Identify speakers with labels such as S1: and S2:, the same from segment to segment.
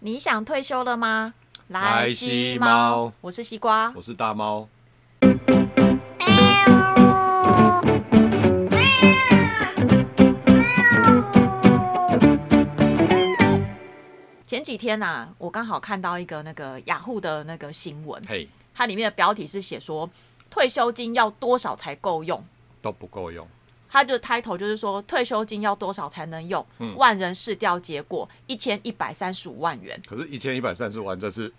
S1: 你想退休了吗？
S2: 来
S1: 吸
S2: 吸猫
S1: 我是西瓜。
S2: 我是大猫。
S1: 前几天呐、啊，我刚好看到一个那个雅虎的那个新闻，
S2: 嘿、
S1: 它里面的标题是写说退休金要多少才够用，
S2: 都不够用，
S1: 它的 title 就是说退休金要多少才能用。
S2: 嗯
S1: 万人试调结果一千一百三十五万元，
S2: 可是，一千一百三十万这是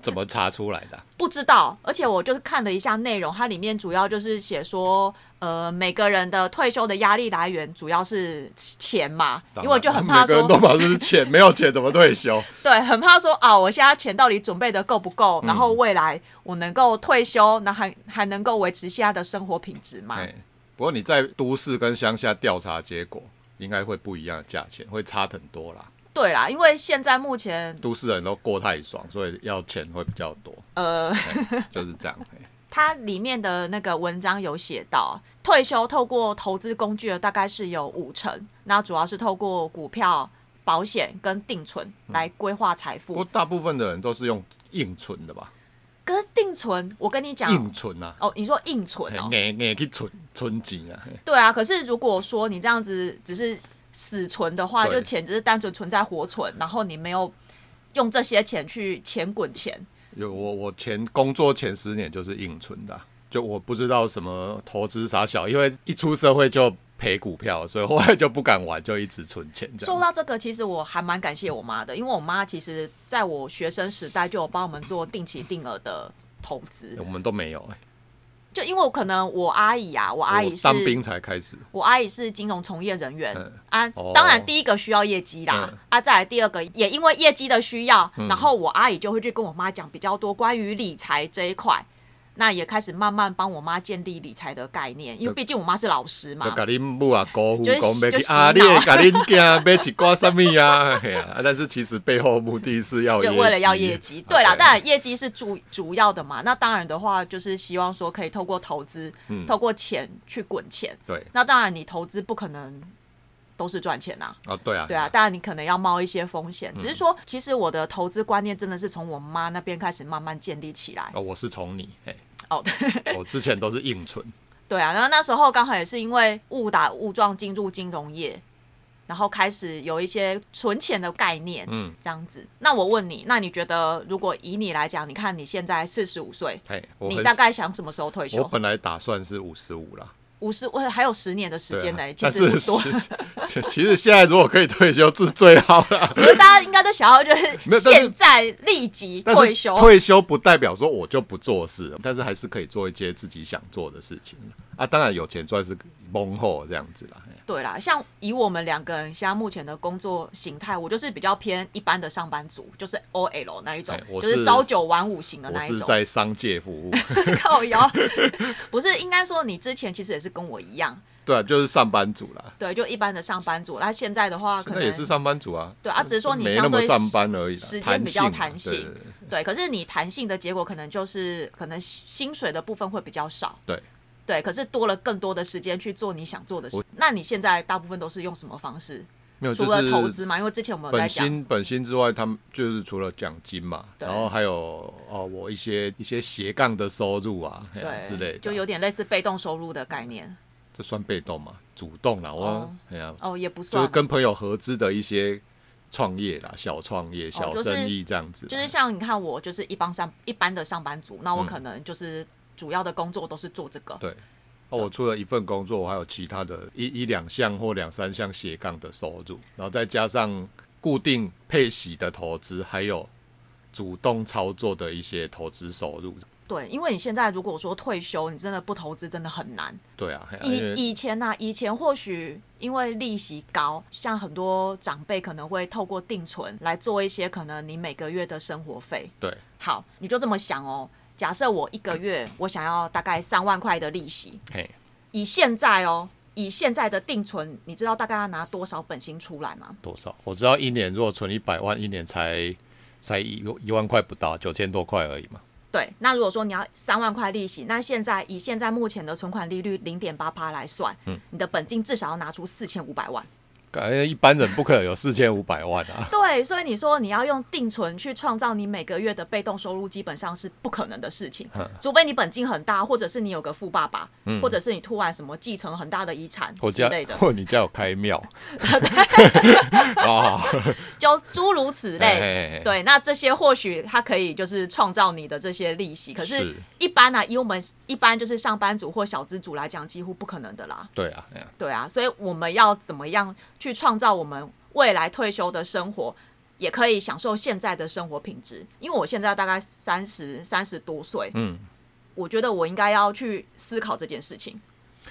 S2: 怎么查出来的啊、
S1: 不知道，而且我就是看了一下内容，它里面主要就是写说，呃，每个人的退休的压力来源主要是钱嘛，因为我就很怕
S2: 每个
S1: 说
S2: 人，都把这是钱，没有钱怎么 退休？
S1: 对，很怕说啊，我现在钱到底准备的够不够，然
S2: 嗯
S1: 后未来我能够退休，那还还能够维持现在的生活品质嘛？
S2: 哎，不过你在都市跟乡下调查结果，应该会不一样的价钱，会差很多啦。
S1: 对啦，因为现在目前
S2: 都市人都过太爽，所以要钱会比较多，
S1: 呃，
S2: 哎就是这样。 哎
S1: 它里面的那个文章有写到，退休透过投资工具的大概是有五成，那主要是透过股票、保险跟定存来规划财
S2: 嗯不
S1: 富。
S2: 过大部分的人都是用硬存的吧？
S1: 可是定存，我跟你讲
S2: 硬存啊，
S1: 哦，你说硬存哦，
S2: 哎硬硬去存存钱啊。哎
S1: 对啊。可是如果说你这样子只是死存的话，
S2: 对
S1: 就钱只是单纯存在活存，然后你没有用这些钱去钱滚钱，
S2: 有我我前工作前十年就是硬存的啊、就我不知道什么投资啥小，因为一出社会就赔股票，所以后来就不敢玩，就一直存钱这
S1: 说
S2: 样。
S1: 到这个，其实我还蛮感谢我妈的，因为我妈其实在我学生时代就有帮我们做定期定额的投资。
S2: 我们都没有、
S1: 就因为我可能我阿姨啊，我阿
S2: 哎，
S1: 姨
S2: 我
S1: 是
S2: 当兵才开始，
S1: 我阿姨是金融从业人员、
S2: 嗯
S1: 啊
S2: 哦，
S1: 当然第一个需要业绩啦，
S2: 嗯
S1: 啊，再来第二个也因为业绩的需要，然后我阿姨就会去跟我妈讲比较多关于理财这一块。那也开始慢慢帮我妈建立理财的概念，因为毕竟我妈是老师嘛
S2: 就。甲恁母啊高呼
S1: 就是
S2: 讲要
S1: 就
S2: 去
S1: 洗
S2: 啊，你
S1: 脑
S2: 会甲恁囝买一寡什么啊？嘿啊，啊但是其实背后目的是要
S1: 就为了要业绩，对啦，
S2: 啊
S1: 当然业绩是主主要的嘛。那当然的话，就是希望说可以透过投资，
S2: 嗯
S1: 透过钱去滚钱。
S2: 对
S1: 那当然，你投资不可能都是赚钱呐、
S2: 啊，对啊，
S1: 对啊，，当然你可能要冒一些风险，
S2: 嗯
S1: 只是说，其实我的投资观念真的是从我妈那边开始慢慢建立起来。
S2: 哦，我是从你，嘿，
S1: 哦， 对
S2: 我之前都是硬存，
S1: 对啊，然后那时候刚好也是因为误打误撞进入金融业，然后开始有一些存钱的概念，嗯
S2: 嗯，
S1: 这样子。那我问你，那你觉得如果以你来讲，你看你现在四十五岁，
S2: 嘿，我
S1: 你
S2: 很
S1: 大概想什么时候退
S2: 我
S1: 休？
S2: 本来打算是五十五啦，
S1: 五十，我还有十年的时
S2: 对
S1: 间
S2: 啊
S1: 呢、其
S2: 但
S1: 实
S2: 是
S1: 不多。
S2: 其 其实现在如果可以退休是最好 了，
S1: 我觉得大家应该都想要就
S2: 没
S1: 是
S2: 有但是
S1: 现在立即
S2: 但是
S1: 退休。
S2: 退休不代表说我就不做事了，但是还是可以做一些自己想做的事情啊。当然有钱赚是蒙后这样子啦。嘿
S1: 对啦，像以我们两个人现在目前的工作形态，我就是比较偏一般的上班族，就是 O L 那一种
S2: 哎，我
S1: 就是是朝九晚五型的
S2: 我
S1: 那啊一
S2: 是
S1: 种。
S2: 在商界服务，
S1: 靠腰，不是应该说你之前其实也是跟我一样，
S2: 对啊，就是上班族啦，
S1: 对，就一般的上班族。那现在的话，可
S2: 那
S1: 能
S2: 也是上班族啊。
S1: 对啊，只是说你
S2: 没那
S1: 相
S2: 么
S1: 对
S2: 上班而已啦，
S1: 时间比较
S2: 弹
S1: 弹
S2: 性
S1: 性
S2: 啊。
S1: 对，可是你弹性的结果可能就是可能薪水的部分会比较少，
S2: 对对
S1: 对，可是多了更多的时间去做你想做的事
S2: 我。
S1: 那你现在大部分都是用什么方式？
S2: 没有
S1: 除
S2: 就
S1: 了投
S2: 是
S1: 资嘛，因为之前我们有在
S2: 本
S1: 讲。
S2: 薪本薪之外，他们就是除了奖金嘛，
S1: 对
S2: 然后还有哦，我一些一些斜杠的收入啊，嘿啊
S1: 对
S2: 之类的，
S1: 就有点类似被动收入的概念
S2: 这算被动嘛？主动啦，我
S1: 哦
S2: 哎呀、
S1: 哦，也不
S2: 就
S1: 算
S2: 是，跟朋友合资的一些创业啦、小创业、小
S1: 哦就是
S2: 生意这样子啦、
S1: 就是像你看我就是一帮上一般的上班族，那我可能就是主要的工作都是做这个，
S2: 对。哦，我除了一份工作，我还有其他的一一两项或两三项斜杠的收入，然后再加上固定配息的投资，还有主动操作的一些投资收入。
S1: 对，因为你现在如果说退休，你真的不投资真的很难。
S2: 对啊，嘿啊因
S1: 以
S2: 为
S1: 以前呐、以前或许因为利息高，像很多长辈可能会透过定存来做一些可能你每个月的生活费。
S2: 对
S1: 好，你就这么想哦。假设我一个月我想要大概三万块的利息，
S2: 嘿，
S1: 以现在哦，以现在的定存，你知道大概要拿多少本金出来吗？
S2: 多少？我知道一年如果存一百万，一年才才一一万块不到，九千多块而已嘛。
S1: 对，那如果说你要三万块利息，那现在以现在目前的存款利率零点八趴来算，你的本金至少要拿出四千五百万。
S2: 感觉一般人不可能有四千五百万 啊。
S1: 对，所以你说你要用定存去创造你每个月的被动收入，基本上是不可能的事情，除非你本金很大，或者是你有个富爸爸，或者是你突然什么继承很大的遗产
S2: 或
S1: 之
S2: 家
S1: 类的，
S2: 或你家有 开庙啊，
S1: 就诸如此类。
S2: 嘿嘿嘿
S1: 对，那这些或许它可以就是创造你的这些利息，可是
S2: 是，
S1: 一般呢、啊，以我们一般就是上班族或小资族来讲，几乎不可能的啦。
S2: 对啊，哎呀
S1: 对啊，所以我们要怎么样去创造我们未来退休的生活，也可以享受现在的生活品质？因为我现在大概三十三十多岁，
S2: 嗯，
S1: 我觉得我应该要去思考这件事情。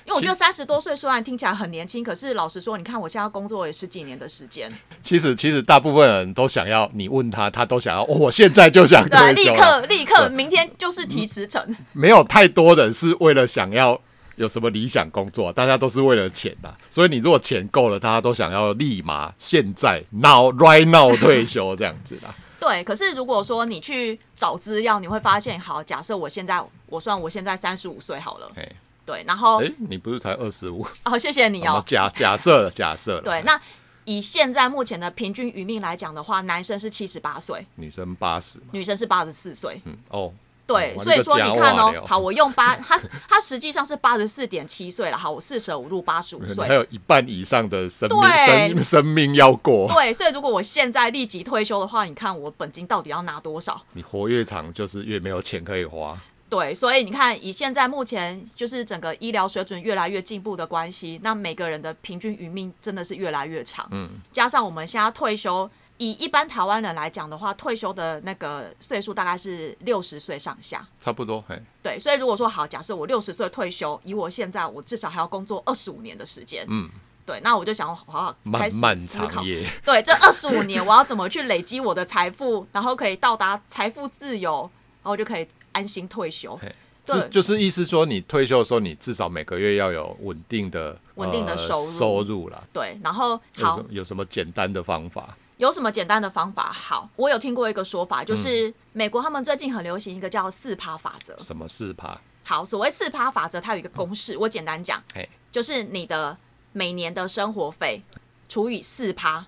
S1: 因为我觉得三十多岁虽然听起来很年轻，可是老实说，你看我现在工作也十几年的时间，
S2: 其实其实大部分人都想要，你问他，他都想要，哦我现在就想
S1: 对，啊
S2: 退
S1: 立
S2: 休
S1: 刻
S2: 了，
S1: 立刻，明天就是提辞呈。
S2: 啊没有太多人是为了想要。有什么理想工作？大家都是为了钱呐、所以你如果钱够了，大家都想要立马现在 now right now 退休这样子啦。
S1: 对，可是如果说你去找资料，你会发现，好，假设我现在我算我现在三十五岁好了，
S2: 哎、
S1: 对，然后
S2: 哎、你不是才二十五？
S1: 哦，谢谢你
S2: 好
S1: 哦
S2: 吧，假假设了，假设了。
S1: 对，那以现在目前的平均余命来讲的话，男生是七十八岁，
S2: 女生八十嘛，
S1: 女生是八十四岁。
S2: 嗯哦，
S1: 对，
S2: 哇
S1: 所以说
S2: 这个
S1: 你
S2: 假
S1: 看
S2: 话了
S1: 哦，好，我用八，他是他实际上是八十四点七岁了，好，我四舍五入八十 五
S2: 还
S1: 岁。
S2: 有一半以上的生
S1: 对
S2: 命生生命要过，
S1: 对，所以如果我现在立即退休的话，你看我本金到底要拿多少？
S2: 你活越长就是越没有钱可以花。
S1: 对，所以你看，以现在目前就是整个医疗水准越来越进步的关系，那每个人的平均余命真的是越来越长。嗯，加上我们现在退休，以一般台湾人来讲的话，退休的那个岁数大概是六十岁上下。
S2: 差不多，嘿，
S1: 对，所以如果说好，假设我六十岁退休，以我现在我至少还要工作二十五年的时间。嗯，对，那我就想要好好开
S2: 漫
S1: 始
S2: 漫
S1: 思考
S2: 长。夜，
S1: 对，这二十五年我要怎么去累积我的财富，然后可以到达财富自由，然后我就可以安心退休。
S2: 嘿，
S1: 对
S2: 是就是意思说，你退休的时候，你至少每个月要有稳定的
S1: 稳定的
S2: 呃
S1: 收入
S2: 收入啦。
S1: 对，然后
S2: 有
S1: 好
S2: 什，有什么简单的方法？
S1: 有什么简单的方法？好，我有听过一个说
S2: 嗯
S1: 法，就是美国他们最近很流行一个叫四趴法则。
S2: 什么四趴？
S1: 好，所谓四趴法则，它有一个公
S2: 嗯
S1: 式，我简单讲，
S2: 嘿，
S1: 就是你的每年的生活费除以四趴，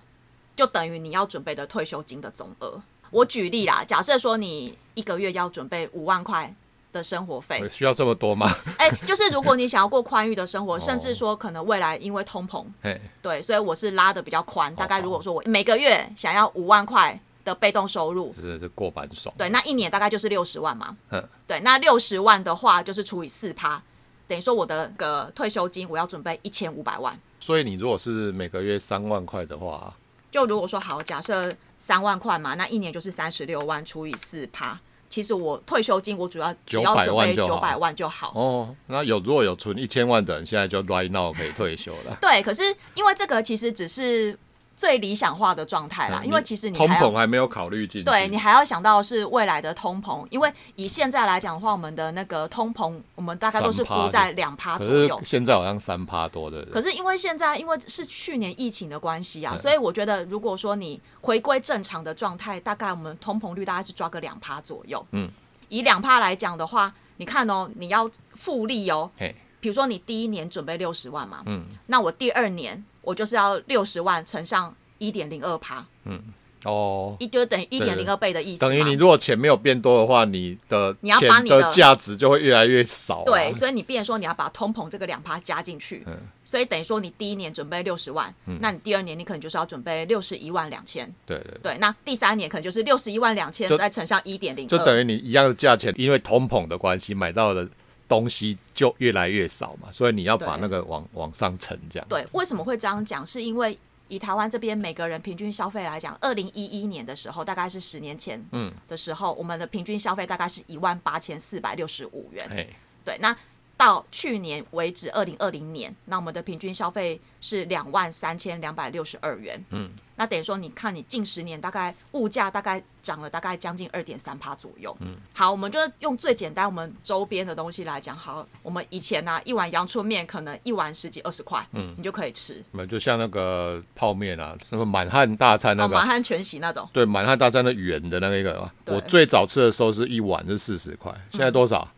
S1: 就等于你要准备的退休金的总额。我举例啦，假设说你一个月要准备五万块的生活费，
S2: 需要这 么多吗？
S1: 哎、就是如果你想要过宽裕的生
S2: 哦
S1: 活，甚至说可能未来因为通膨，
S2: 嘿，
S1: 对，所以我是拉的比较宽，大概如果说我每个月想要五万块的被动收入，
S2: 真的是过蛮爽。
S1: 对，那一年大概就是六十万嘛
S2: 嗯。
S1: 对，那六十万的话就是除以四趴，等于说我的个退休金我要准备一千五百万。
S2: 所以你如果是每个月三万块的话，
S1: 就如果说好，假设三万块嘛，那一年就是三十六万除以四趴。其实我退休金我主要只要
S2: 900
S1: 准
S2: 万
S1: 备
S2: 就
S1: 九
S2: 好
S1: 百万就好。
S2: 哦，那有如果有存一千万的人，现在就 right now 可以退休了。
S1: 对，可是因为这个其实只是最理想化的状态啦，啊因为其嗯实你
S2: 通
S1: 还要
S2: 膨还没有考虑进去，
S1: 对你还要想到是未来的通膨，因为以现在来讲的话，我们的那个通膨，我们大概都是
S2: 3%
S1: 估在两趴
S2: 可
S1: 左
S2: 是
S1: 右。
S2: 现在好像三趴多的人，
S1: 可是因为现在因为是去年疫情的关系啊，所以我觉得如果说你回归正常的状态，大概我们通膨率大概是抓个两趴左右。
S2: 嗯，
S1: 以两趴来讲的话，你看哦，你要复利哦，
S2: 嘿，
S1: 比如说你第一年准备六十万嘛，嗯，那我第二年我就是要六十万乘上一点零二趴，
S2: 哦，
S1: 一就是等于一点零二倍的意思嘛。啊
S2: 等于你如果钱没有变多的话，你的
S1: 你要把
S2: 钱
S1: 你的
S2: 的价值就会越来越少、啊。
S1: 对，所以你变成说你要把通膨这个两趴加进去，
S2: 嗯
S1: 所以等于说你第一年准备六十万，那你第二年你可能就是要准备六十一万两千，
S2: 对对对，
S1: 对，那第三年可能就是六十一万两千，
S2: 就
S1: 再乘上一点零
S2: 就等
S1: 于
S2: 于你一样的价钱，因为通膨的关系，买到的东西就越来越少嘛，所以你要把
S1: 对
S2: 那个往往上乘，这样。
S1: 对。为什么会这样讲？是因为以台湾这边每个人平均消费来讲，二零一一年的时候，大概是十年前
S2: 嗯
S1: 的时候，我们的平均消费大概是一万八千四百六十五元，
S2: 嘿，
S1: 对，那。到去年为止，二零二零年，那我们的平均消费是两万三千两百六十二元。嗯，那等于说，你看你近十年大概物价大概涨了大概将近二点三趴左右。嗯，好，我们就用最简单我们周边的东西来讲。好，我们以前啊呢、一碗阳春面可能一碗十几二十块，嗯，你就可以吃，
S2: 那么就像那个泡面啊，什么满汉大餐那
S1: 哦，
S2: 个
S1: 满
S2: 啊。
S1: 汉全席那种，
S2: 对满汉大餐的圆的那个嘛，
S1: 对嗯
S2: 我最早吃的时候是一碗是四十块，现在多少？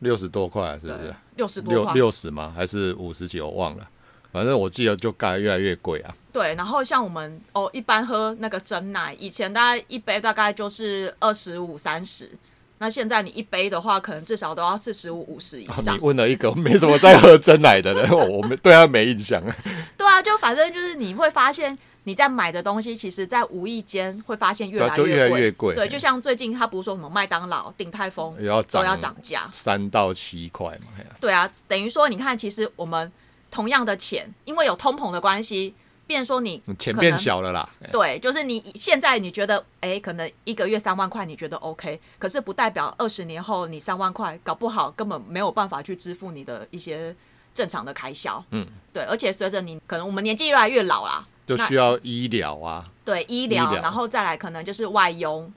S2: 六十多块是不是？
S1: 六十多
S2: 六
S1: 块。
S2: 六十吗？还是五十几？我忘了。反正我记得就盖越来越贵啊。
S1: 对，然后像我们哦，一般喝那个真奶，以前大概一杯大概就是二十五三十，那现在你一杯的话，可能至少都要四十五五十以
S2: 啊
S1: 上
S2: 你。问了一个没什么在喝真奶的人， 我我们对他没印象。
S1: 对啊，就反正就是你会发现你在买的东西，其实在无意间会发现越
S2: 对啊
S1: 来
S2: 就越来
S1: 贵。
S2: 越贵
S1: 对，就像最近他不是说什么麦当劳、鼎泰丰
S2: 也要
S1: 都
S2: 涨
S1: 要涨价。
S2: 三到七块嘛，嘿啊
S1: 对啊，等于说你看，其实我们同样的钱，因为有通膨的关系，变成说你
S2: 嗯钱
S1: 可
S2: 变
S1: 能
S2: 小了啦。哎嘿
S1: 对，就是你现在你觉得，哎，可能一个月三万块你觉得 OK，可是不代表二十年后你三万块搞不好根本没有办法去支付你的一些正常的开销。
S2: 嗯，
S1: 对，而且随着你可能我们年纪越来越老啦，
S2: 就需要医疗啊，
S1: 对医疗，
S2: 医疗
S1: 然后再来可能就是外佣，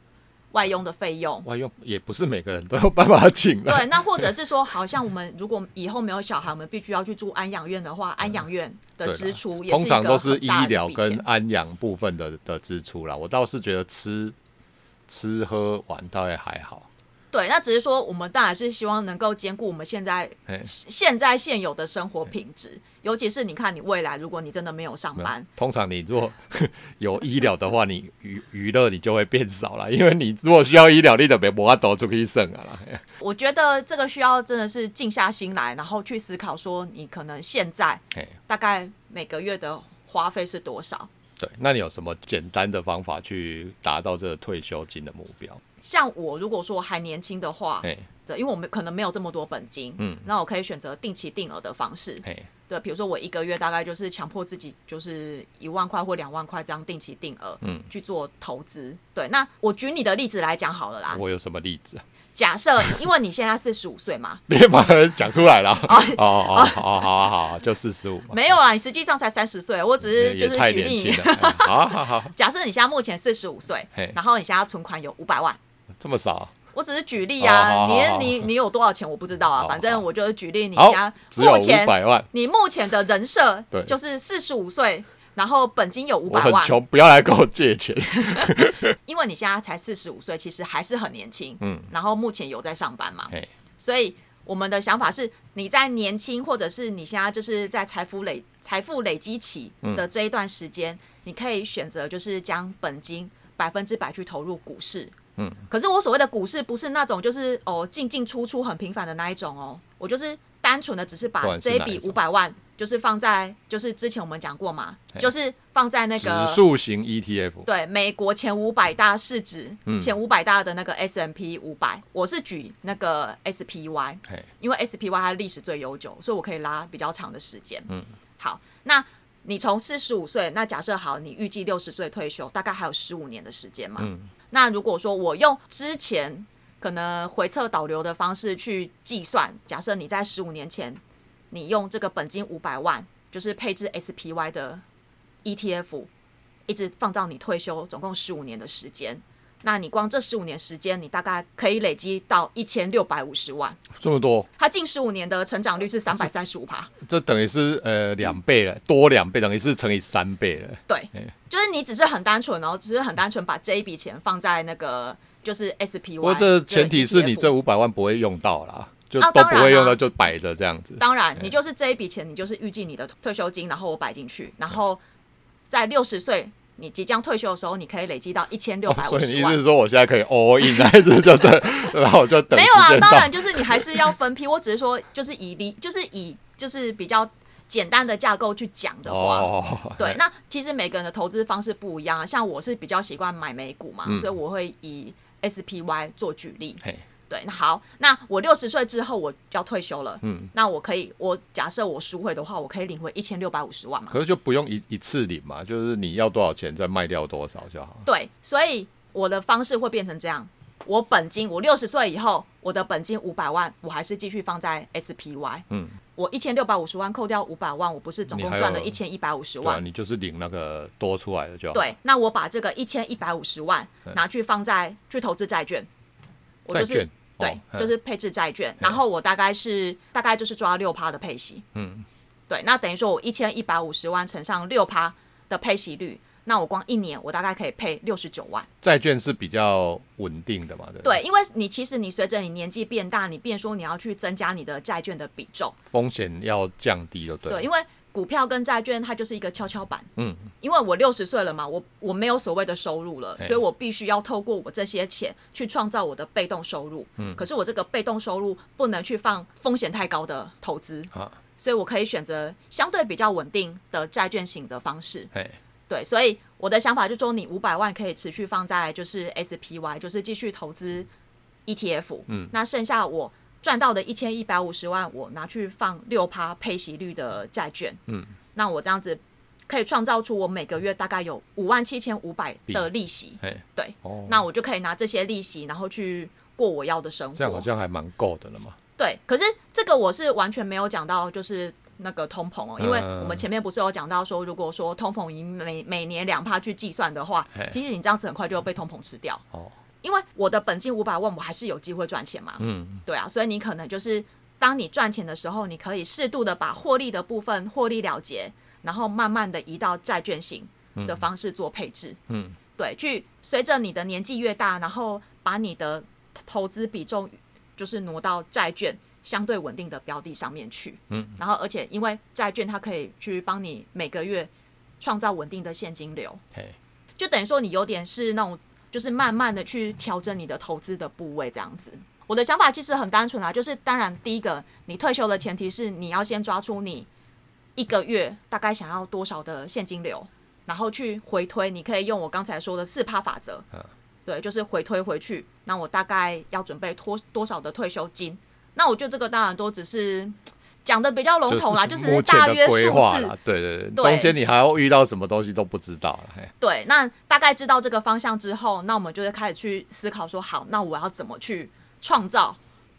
S1: 外佣的费 用。
S2: 哇，又也不是每个人都有办法请的。
S1: 对，那或者是说，好像我们如果以后没有小孩，我们必须要去住安养院的话，安养院的
S2: 对啦
S1: 支出也是
S2: 通
S1: 一
S2: 常
S1: 个
S2: 都是
S1: 很
S2: 医
S1: 大的一
S2: 疗
S1: 笔
S2: 跟
S1: 钱
S2: 安养部分的的支出啦。我倒是觉得吃吃喝玩倒也还好。
S1: 对，那只是说我们当然是希望能够兼顾我们现在
S2: 嘿
S1: 现在现有的生活品质，尤其是你看你未来，如果你真的没有上
S2: 没有
S1: 班，
S2: 通常你如果 有医疗的话，你娱娱乐你就会变少了，因为你如果需要医疗，你就没办法多出去省啊啦。嘿
S1: 我觉得这个需要真的是静下心来，然后去思考说你可能现在
S2: 嘿
S1: 大概每个月的花费是多少。
S2: 对，那你有什么简单的方法去达到这个退休金的目标？
S1: 像我如果说还年轻的话，
S2: 嘿，
S1: 对因为我们可能没有这么多本金，嗯，那我可以选择定期定额的方式，
S2: 嘿，
S1: 对，比如说我一个月大概就是强迫自己就是一万块或两万块这样定期定额，嗯，去做投资。对，那我举你的例子来讲好了啦。
S2: 我有什么例子？啊
S1: 假设因为你现在四十五岁嘛，
S2: 你把它讲出来了。哦哦哦，好好好，就四十五嘛，
S1: 没有啦，你实际上才三十岁，我只是就
S2: 也
S1: 是
S2: 太
S1: 举
S2: 年轻
S1: 例。
S2: 了。哎好好好，
S1: 假设你现在目前四十五岁
S2: 嘿，
S1: 然后你现在存款有五百万，
S2: 这么少，
S1: 我只是举例啊，
S2: 哦好好好
S1: 你你你有多少钱我不知道啊，
S2: 好
S1: 反正我就是举例，你
S2: 好
S1: 现在，
S2: 只有
S1: 目
S2: 五
S1: 前
S2: 百万。
S1: 你目前的人设
S2: 对
S1: 就是四十五岁，然后本金有五
S2: 我
S1: 百
S2: 很
S1: 万，
S2: 穷，不 要来跟我借钱。
S1: 因为你现在才四十五岁，其实还是很年轻，嗯
S2: 嗯，
S1: 然后目前有在上班嘛，
S2: 嘿，
S1: 所以我们的想法是，你在年轻或者是你现在就是在财富累财富累积期
S2: 嗯
S1: 的这一段时间，你可以选择就是将本金百分之百去投入股市，嗯，可是我所谓的股市不是那种就是哦进进出出很频繁的那一种哦，我就是单纯的只是
S2: 不
S1: 把
S2: 管是
S1: 这一
S2: 哪一
S1: 笔五
S2: 种
S1: 百万就是放在就是之前我们讲过嘛，
S2: 嘿
S1: 就是放在那
S2: 指
S1: 个
S2: 数型 E ETF，
S1: 对，美国前五百大市值，前五百大的那个 S M P 五百，我是举那个 S P Y，
S2: 嘿，
S1: 因为 S P Y 它历史最悠久，所以我可以拉比较长的时间。嗯，好，那你从四十五岁，那假设好，你预计六十岁退休，大概还有十五年的时间嘛。那如果说我用之前可能回测导流的方式去计算，假设你在十五年前，你用这个本金五百万，就是配置 SPY 的 ETF，一直放到你退休，总共十五年的时间。那你光这十五年时间，你大概可以累积到一千六百五十万。
S2: 这么多，
S1: 它近十五年的成长率是三百三十五趴，
S2: 这等于是呃两倍了，多两倍，等于是乘以三倍了。
S1: 对
S2: 哎，
S1: 就是你只是很单纯哦，只是很单纯把这一笔钱放在那个就是 SPY。
S2: 不过这前提是你这
S1: ETF
S2: 五百万不会用到啦，就
S1: E 哦
S2: 都
S1: 当
S2: 不
S1: 然
S2: 会用
S1: 啊
S2: 到，就摆着这样子。
S1: 当然，你就是这一笔钱，你就是预计你的退休金，然后我摆进去，然
S2: 哎
S1: 后在六十岁你即将退休的时候，你可以累积到一千六百五
S2: 哦所以你
S1: 十
S2: 意思
S1: 万
S2: 是。说我现在可以 all in 那一只就对，然后我就等
S1: 没有
S2: 时
S1: 啦，
S2: 间
S1: 当
S2: 到
S1: 然。就是你还是要分批，我只是说就是以离，就是以就是比较简单的架构去讲的话，
S2: 哦，
S1: 对，那其实每个人的投资方式不一样啊，像我是比较习惯买美股嘛，
S2: 嗯
S1: 所以我会以 SPY 做举例。
S2: 嘿，
S1: 对，那好，那我六十岁之后我要退休了，嗯，那我可以，我假设我赎回的话，我可以领回一千六百五十万嘛？
S2: 可是就不用一一次领嘛，就是你要多少钱再卖掉多少就好。
S1: 对，所以我的方式会变成这样，我本金我六十岁以后，我的本金五百万，我还是继续放在 SPY，嗯，我一千六百五十万扣掉五百万，我不是总
S2: 你
S1: 共
S2: 还
S1: 赚了
S2: 有
S1: 一千一百五十
S2: 对啊，
S1: 万？
S2: 你就是领那个多出来的就好。，
S1: 对，那我把这个一千一百五十万拿去放在去投资债券，我
S2: 嗯债
S1: 就是
S2: 券。
S1: 对，
S2: 哦
S1: 就是配置债券，然后我大概是大概就是抓六趴的配息，嗯，对，那等于说我一千一百五十万乘上六趴的配息率，那我光一年我大概可以配六十九万，
S2: 债券是比较稳定的嘛，对不对
S1: 对，因为你其实你随着你年纪变大，你变说你要去增加你的债券的比重，
S2: 风险要降低就对了。
S1: 对，因为股票跟债券它就是一个跷跷板，
S2: 嗯，
S1: 因为我六十岁了嘛，我我没有所谓的收入了，
S2: 嘿
S1: 所以我必须要透过我这些钱去创造我的被动收入，嗯，可是我这个被动收入不能去放风险太高的投资，
S2: 啊，
S1: 所以我可以选择相对比较稳定的债券型的方式，
S2: 嘿，
S1: 对，所以我的想法就是说，你五百万可以持续放在就是 SPY，就是继续投资 ETF。嗯，那剩下我赚到的一千一百五十万，我拿去放六趴配息率的债券。嗯，那我这样子可以创造出我每个月大概有五万七千五百的利息。
S2: 嘿，
S1: 对，
S2: 哦，
S1: 那我就可以拿这些利息，然后去过我要的生活。
S2: 这样好像还蛮够的了嘛。
S1: 对，可是这个我是完全没有讲到，就是那个通膨哦，因为
S2: 嗯
S1: 我们前面不是有讲到说，如果说通膨以每每年两趴去计算的话
S2: 嘿，
S1: 其实你这样子很快就会被通膨吃掉。
S2: 哦，
S1: 因为我的本金五百万，我还是有机会赚钱嘛。
S2: 嗯，
S1: 对啊，所以你可能就是当你赚钱的时候，你可以适度的把获利的部分获利了结，然后慢慢的移到债券型的方式做配置。
S2: 嗯，
S1: 对，去随着你的年纪越大，然后把你的投资比重就是挪到债券。相对稳定的标的上面去，嗯，然后而且因为债券它可以去帮你每个月创造稳定的现金流，
S2: 嘿，
S1: 就等于说你有点是那种，就是慢慢的去调整你的投资的部位这样子。我的想法其实很单纯啦，啊就是当然第一个，你退休的前提是你要先抓出你一个月大概想要多少的现金流，然后去回推，你可以用我刚才说的四趴法则
S2: 嗯，
S1: 对，就是回推回去。那我大概要准备多多少的退休金？那我觉得这个当然都只是讲的比较笼统啦，就是
S2: 目前
S1: 大约
S2: 的
S1: 数
S2: 规划
S1: 字
S2: 啦，对对对，
S1: 对
S2: 中间你还要遇到什么东西都不知道了，嘿，
S1: 对，那大概知道这个方向之后，那我们就会开始去思考说，好，那我要怎么去创造？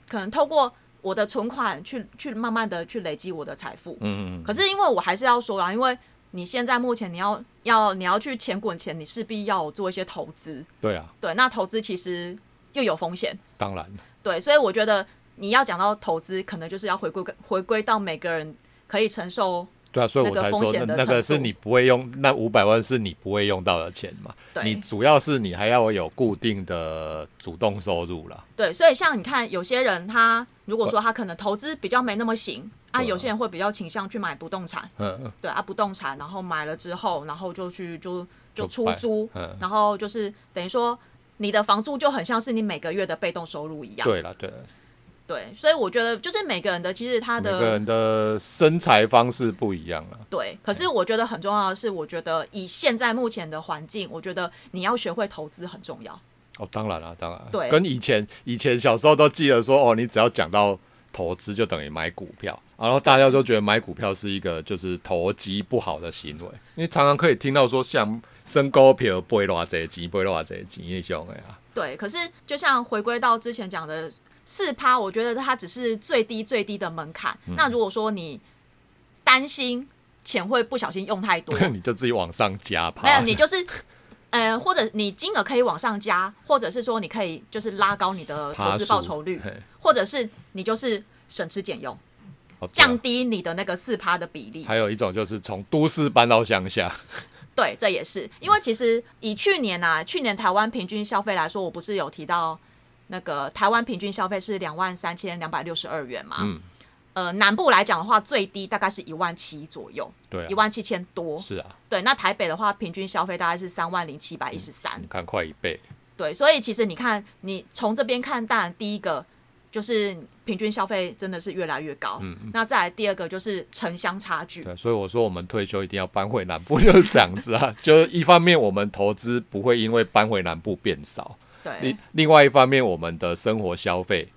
S1: 可能透过我的存款去去慢慢的去累积我的财富。
S2: 嗯，
S1: 可是因为我还是要说啦，因为你现在目前你要要你要去钱滚钱，你势必要做一些投资。
S2: 对啊，
S1: 对，那投资其实又有风险。
S2: 当然，
S1: 对，所以我觉得你要讲到投资，可能就是要回归回归到每个人可以承受
S2: 对啊，所以
S1: 那
S2: 我
S1: 个
S2: 才
S1: 风
S2: 说
S1: 险
S2: 那
S1: 的
S2: 那个
S1: 程
S2: 是
S1: 度
S2: 你不会用，那五百万是你不会用到的钱嘛，
S1: 对
S2: 你主要是你还要有固定的主动收入啦，
S1: 对，所以像你看，有些人他如果说他可能投资比较没那么行啊，
S2: 呃对啊
S1: 有些人会比较倾向去买不动产，
S2: 嗯，
S1: 对啊，不动产，然后买了之后，然后就去就就
S2: 就
S1: 出
S2: 摆
S1: 租
S2: 嗯，
S1: 然后就是等于说你的房租就很像是你每个月的被动收入一样，
S2: 对了，对啦，
S1: 对，所以我觉得就是每个人的其实他
S2: 每个
S1: 的
S2: 人的身材方式不一样了，
S1: 对，可是我觉得很重要的是，我觉得以现在目前的环境，我觉得你要学会投资很重要。
S2: 哦，当然啦，当然，
S1: 对
S2: 跟以前以前小时候都记得说，哦，你只要讲到投资就等于买股票，然后大家都觉得买股票是一个就是投机不好的行为，因为常常可以听到说像升股票不会偌济钱，不会偌济钱那种的啊，，
S1: 对，可是就像回归到之前讲的四趴，我觉得它只是最低最低的门槛。那如果说你担心钱会不小心用太多
S2: 你就自己往上 加吧。
S1: 没哦有，你就是。呃，或者你金额可以往上加，或者是说你可以就是拉高你的投
S2: 爬
S1: 资
S2: 树
S1: 报酬率
S2: 嘿，
S1: 或者是你就是省吃俭用，
S2: 哦对啊
S1: 降低你的那个四趴的比例。
S2: 还有一种就是从都市搬到乡下，
S1: 对，这也是因为其实以去年啊，去年台湾平均消费来说，我不是有提到那个台湾平均消费是两万三千两百六十二元嘛？
S2: 嗯
S1: 呃，南部来讲的话，最低大概是一万七左右，
S2: 对
S1: 一
S2: 啊，
S1: 万七千多。
S2: 是啊，
S1: 对，那台北的话，平均消费大概是三万零七百一十三
S2: 你。看快一倍，
S1: 对，所以其实你看，你从这边看，当然第一个就是平均消费真的是越来越高。那再来第二个就是城乡差距。
S2: 嗯对，所以我说我们退休一定要搬回南部， 就是这样子啊，就是一方面我们投资不会因为搬回南部变少，
S1: 对
S2: 另另外一方面我们的生活消费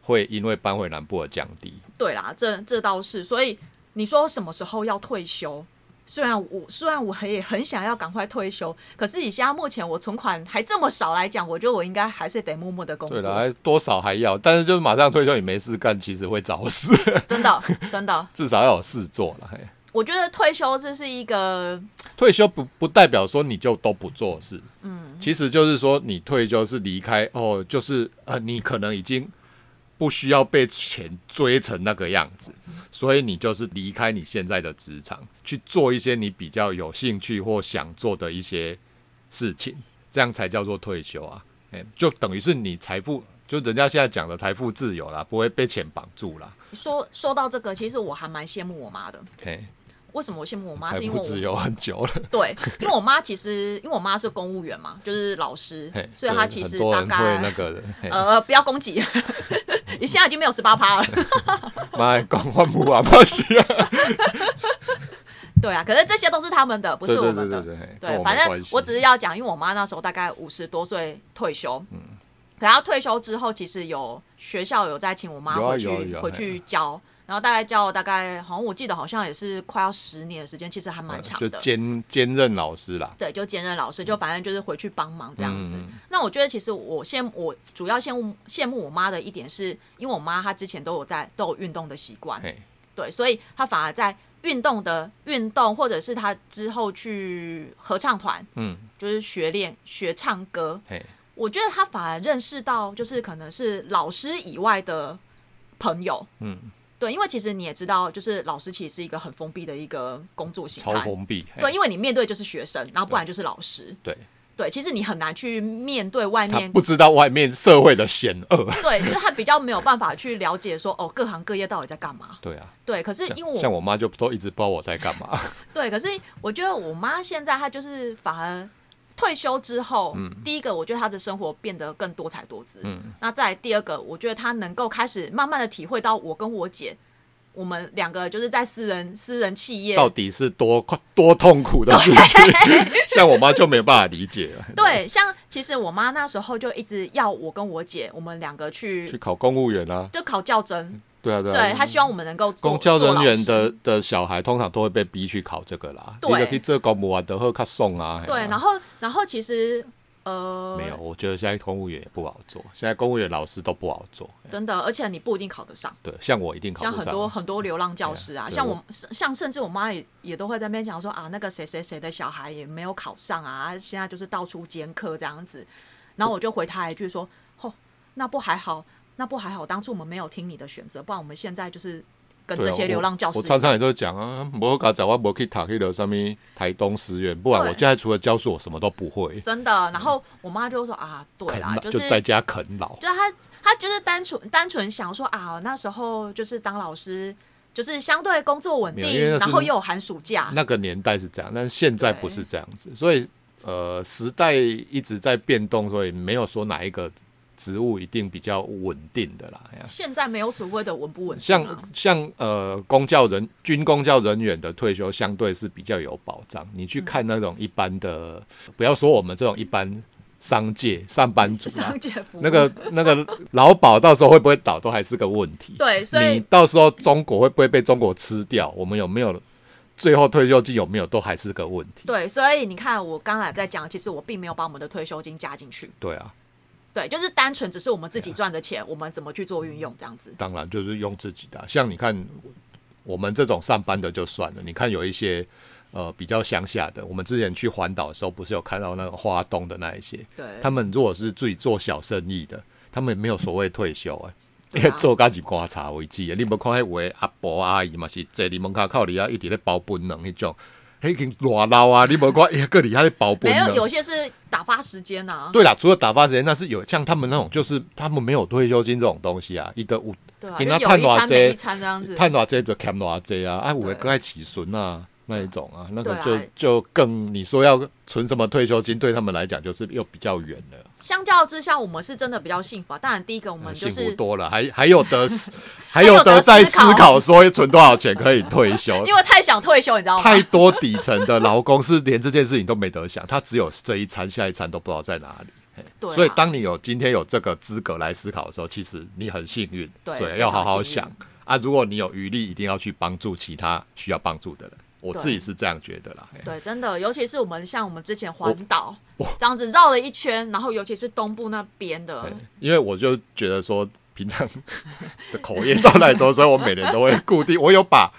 S2: 会因为搬回南部而降低，
S1: 对啦，这这倒是。所以你说什么时候要退休？虽然我虽然我也很想要赶快退休，可是以现在目前我存款还这么少来讲，我觉得我应该还是得默默的工
S2: 对
S1: 作。
S2: 啦，多少还要，但是就是马上退休你没事干，其实会找事，
S1: 真的，真的，
S2: 至少要有事做了。嘿
S1: 我觉得退休这是一个
S2: 退休不不代表说你就都不做事，嗯，其实就是说你退休是离开哦，就是呃，你可能已经不需要被钱追成那个样子，所以你就是离开你现在的职场，去做一些你比较有兴趣或想做的一些事情，这样才叫做退休啊，哎、就等于是你财富，就人家现在讲的财富自由啦，不会被钱绑住啦，
S1: 说说到这个，其实我还蛮羡慕我妈的。
S2: 哎、
S1: 为什么我羡慕我妈？
S2: 财
S1: 啊是因为
S2: 富自
S1: 我
S2: 由很久了，
S1: 对，因为我妈其实因为我妈是公务员嘛，就是老师
S2: 嘿，
S1: 所以她其实
S2: 哎很多
S1: 大
S2: 人会那
S1: 概
S2: 个的，哎嘿
S1: 呃不要攻击， 你现在已经没有十八趴了。
S2: 妈的，讲万母啊，不是啊，
S1: 对啊，可是这些都是他们的，不
S2: 对
S1: 是我
S2: 对
S1: 们
S2: 对
S1: 的
S2: 对。对，嘿跟
S1: 对，
S2: 我
S1: 反
S2: 没
S1: 正
S2: 关系
S1: 我只是要讲，因为我妈那时候大概五十多岁退休，嗯，可她退休之后，其实有学校有在请我妈
S2: 有啊
S1: 回去、
S2: 有啊有啊
S1: 回去教，然后大概教了大概好像我记得好像也是快要十年的时间，其实还蛮长
S2: 就
S1: 的。
S2: 兼兼任老师啦，
S1: 对，就兼任老师，就反正就是回去帮忙这样子。
S2: 嗯
S1: 那我觉得其实我羡我主要羡慕羡慕我妈的一点是，因为我妈她之前都有在都有运动的习惯，
S2: 嘿，
S1: 对，所以他反而在运动的运动，或者是他之后去合唱团，
S2: 嗯，
S1: 就是学练学唱歌。
S2: 嘿，
S1: 我觉得他反而认识到，就是可能是老师以外的朋友，
S2: 嗯，
S1: 对，因为其实你也知道，就是老师其实是一个很封闭的一个工作形
S2: 超
S1: 态，
S2: 封闭，嘿
S1: 对，因为你面对就是学生，然后不然就是老师，
S2: 对，
S1: 对，其实你很难去面对外
S2: 他
S1: 面
S2: 不知道外面社会的险恶，
S1: 对，就他比较没有办法去了解说哦，各行各业到底在干嘛。
S2: 对啊，
S1: 对，可是
S2: 像
S1: 因为我
S2: 像我妈就都一直不知道我在干 嘛，
S1: 对，可是我觉得我妈现在她就是反而退休之后，
S2: 嗯
S1: 第一个我觉得她的生活变得更多彩多姿，那再来第二个，我觉得她能够开始慢慢的体会到我跟我姐，我们两个就是在私人私人企业，
S2: 到底是多 快多痛苦的事情， 像我妈就没办法理解啊了，
S1: 对，像其实我妈那时候就一直要我跟我姐，我们两个
S2: 去
S1: 去
S2: 考公务员啊，
S1: 就考教真，
S2: 对啊对
S1: 对
S2: 啊，
S1: 她希望我们能够做
S2: 公教
S1: 做
S2: 人
S1: 老
S2: 员
S1: 师
S2: 的的小孩通常都会被逼去考这个啦，
S1: 对
S2: 你去做公务员的会较送啊，嘿啊
S1: 对，然后然后其实呃
S2: 没有，我觉得现在公务员也不好做，现在公务员老师都不好做，
S1: 真的，而且你不一定考得上。
S2: 对，像我一定考
S1: 像
S2: 不
S1: 很多
S2: 上，
S1: 很多流浪教师啊，
S2: 对
S1: 像
S2: 我
S1: 我像甚至我妈也也都会在那边讲说啊，那个谁谁谁的小孩也没有考上啊，现在就是到处兼课这样子。然后我就回她一句说，哦，那不还好，那不还好，当初我们没有听你的选择，不然我们现在就是跟
S2: 对
S1: 这
S2: 啊
S1: 些流浪教师
S2: 我，
S1: 一样。
S2: 我常常也都讲啊，我搞早我没去塔去了上面台东师院，不然我
S1: 对
S2: 现在除了教书，我什么都不会，
S1: 真的，然后我妈就说啊，对
S2: 啃
S1: 啦
S2: 老，
S1: 就
S2: 就是在家啃老。
S1: 就是他他就是单纯单纯想说啊，那时候就是当老师，就是相对工作稳
S2: 没有因为那
S1: 定，
S2: 是
S1: 然后又有寒暑假，
S2: 那个年代是这样，但是现在不是这样子，所以呃，时代一直在变动，所以没有说哪一个职务一定比较稳定的啦。哎呀
S1: 现在没有所谓的稳不稳定啊、
S2: 像像呃，公教人军公教人员的退休相对是比较有保障。你
S1: 嗯
S2: 去看那种一般的，不要说我们这种一般商界上班族 啊
S1: 商，界服务
S2: 那个那个劳保到时候会不会倒，都还是个问题。
S1: 对，所
S2: 你
S1: 以
S2: 到时候中国会不会被中国吃掉？我们有没有最后退休金有没有，都还是个问题。
S1: 对，所以你看，我刚才在讲，其实我并没有把我们的退休金加进去，
S2: 对啊，
S1: 对，就是单纯只是我们自己赚的钱，我们怎么去做运用这样子。
S2: 当然就是用自己的啊、像你看，我们这种上班的就算了，你看有一些呃比较乡下的，我们之前去环岛的时候，不是有看到那个花东的那一些，
S1: 对，
S2: 他们如果是自己做小生意的，他们也没有所谓退休哎、
S1: 对啊
S2: 因为 做家己观察为止啊的，你无看迄位阿婆阿姨嘛是坐伫门口口里啊，一直咧包槟榔迄种，迄已经偌老啊！你无看，哎，个里还咧包槟
S1: 没有，有
S2: 榔。
S1: 些是打发时间呐、啊。
S2: 对啦，除了打发时间，那是有像他们那种，就是他们没有退休金这种东西啊，一个有
S1: 对啊，
S2: 给
S1: 就
S2: 他
S1: 有
S2: 探
S1: 一
S2: 偌
S1: 餐没一
S2: 济，
S1: 餐这样子。
S2: 探偌济就欠偌济啊，啊，有
S1: 对
S2: 的更爱起存啊，那一种啊，那个
S1: 对
S2: 就
S1: 啦
S2: 就更你说要存什么退休金，对他们来讲就是又比较远了。
S1: 相较之下，我们是真的比较幸福、啊。当然，第一个我们就
S2: 嗯幸福
S1: 是
S2: 多了，还还有得 还
S1: 有
S2: 有
S1: 得
S2: 得
S1: 思
S2: 在思
S1: 考
S2: 考说存多少钱可以退休
S1: 。因为太想退休，你知道吗？
S2: 太多底层的劳工是连这件事情都没得想，他只有这一餐下一餐都不知道在哪里。
S1: 对啊
S2: 所以当你有今天有这个资格来思考的时候，其实你很幸运，
S1: 对
S2: 所
S1: 非
S2: 以要
S1: 常
S2: 好好
S1: 幸运
S2: 想啊。如果你有余力，一定要去帮助其他需要帮助的人。我
S1: 对
S2: 自己是这样觉得啦。嘿
S1: 对，真的，尤其是我们像我们之前环岛这样子绕了一圈，然后尤其是东部那边的，
S2: 因为我就觉得说，平常的口业赚太多，所以我每年都会固定，我有把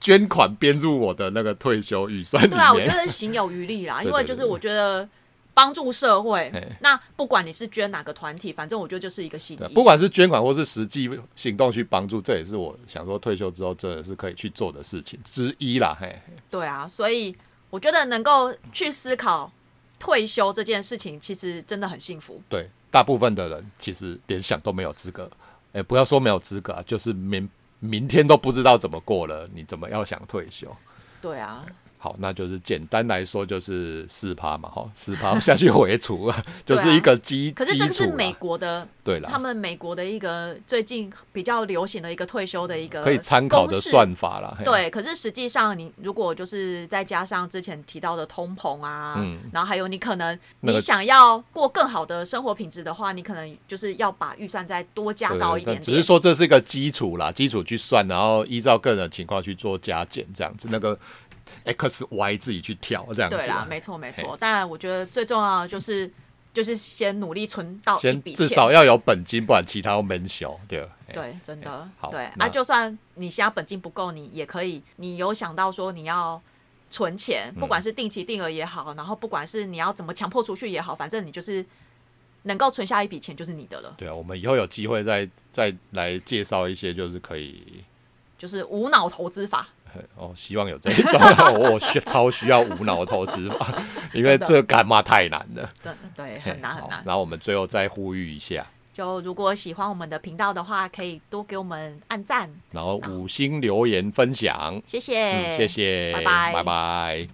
S2: 捐款编入我的那个退休预算里
S1: 对啊，我觉
S2: 面。
S1: 得行有余力啦，
S2: 对
S1: 因为就是
S2: 对对
S1: 我觉得帮助社会
S2: 嘿，
S1: 那不管你是捐哪个团体，反正我觉得就是一个心
S2: 对啊
S1: 意。
S2: 不管是捐款或是实际行动去帮助，这也是我想说退休之后真的是可以去做的事情之一啦。嘿，
S1: 对啊，所以我觉得能够去思考退休这件事情，其实真的很幸福。
S2: 对，大部分的人其实连想都没有资格，哎、不要说没有资格啊，就是明明天都不知道怎么过了，你怎么要想退休？
S1: 对啊，
S2: 好，那就是简单来说就是四趴嘛，哈，四趴下去回 除了，就是一个基、
S1: 啊可是
S2: 基
S1: 这个
S2: 础
S1: 是
S2: 啦
S1: 美国的，
S2: 对
S1: 他
S2: 啦，
S1: 们美国的一个最近比较流行的一个退休的一个
S2: 可以参考的
S1: 公式
S2: 算法啦。嘿，
S1: 对，可是实际上你如果就是再加上之前提到的通膨啊，然后还有你可能
S2: 嗯那
S1: 你
S2: 个
S1: 想要过更好的生活品质的话，你可能就是要把预算再多加
S2: 对
S1: 高
S2: 对
S1: 一
S2: 但
S1: 点
S2: 只是
S1: 点。
S2: 说这是一个基础啦，基础去算，然后依照个人的情况去做加减，这样子，那个 x y 自己去调，这样子
S1: 对啦
S2: 啦，。
S1: 没错没
S2: 嘿
S1: 错。但我觉得最重要的就是就是先努力存到一
S2: 先
S1: 笔
S2: 至
S1: 钱，
S2: 少要有本金，不然其他都没小，对吧。嘿
S1: 对，真的
S2: 好
S1: 对
S2: 那
S1: 啊。就算你现在本金不够，你也可以，你有想到说你要。存
S2: 嗯
S1: 钱，不管是定期定额也好，然后不管是你要怎么强迫储蓄也好，反正你就是能够存下一笔钱就是你的了。
S2: 对啊，我们以后有机会再再来介绍一些，就是可以
S1: 就是无脑投资法。
S2: 哦，希望有这一 种，我我需超需要无脑投资法，因为这干嘛太难了，
S1: 真对，
S2: 嘿
S1: 很难
S2: 好
S1: 很难。
S2: 然后我们最后再呼吁一下，
S1: 就如果喜欢我们的频道的话，可以多给我们按赞，
S2: 然后五星留言分享，
S1: 谢谢，
S2: 嗯，谢谢，
S1: 拜拜
S2: 拜拜。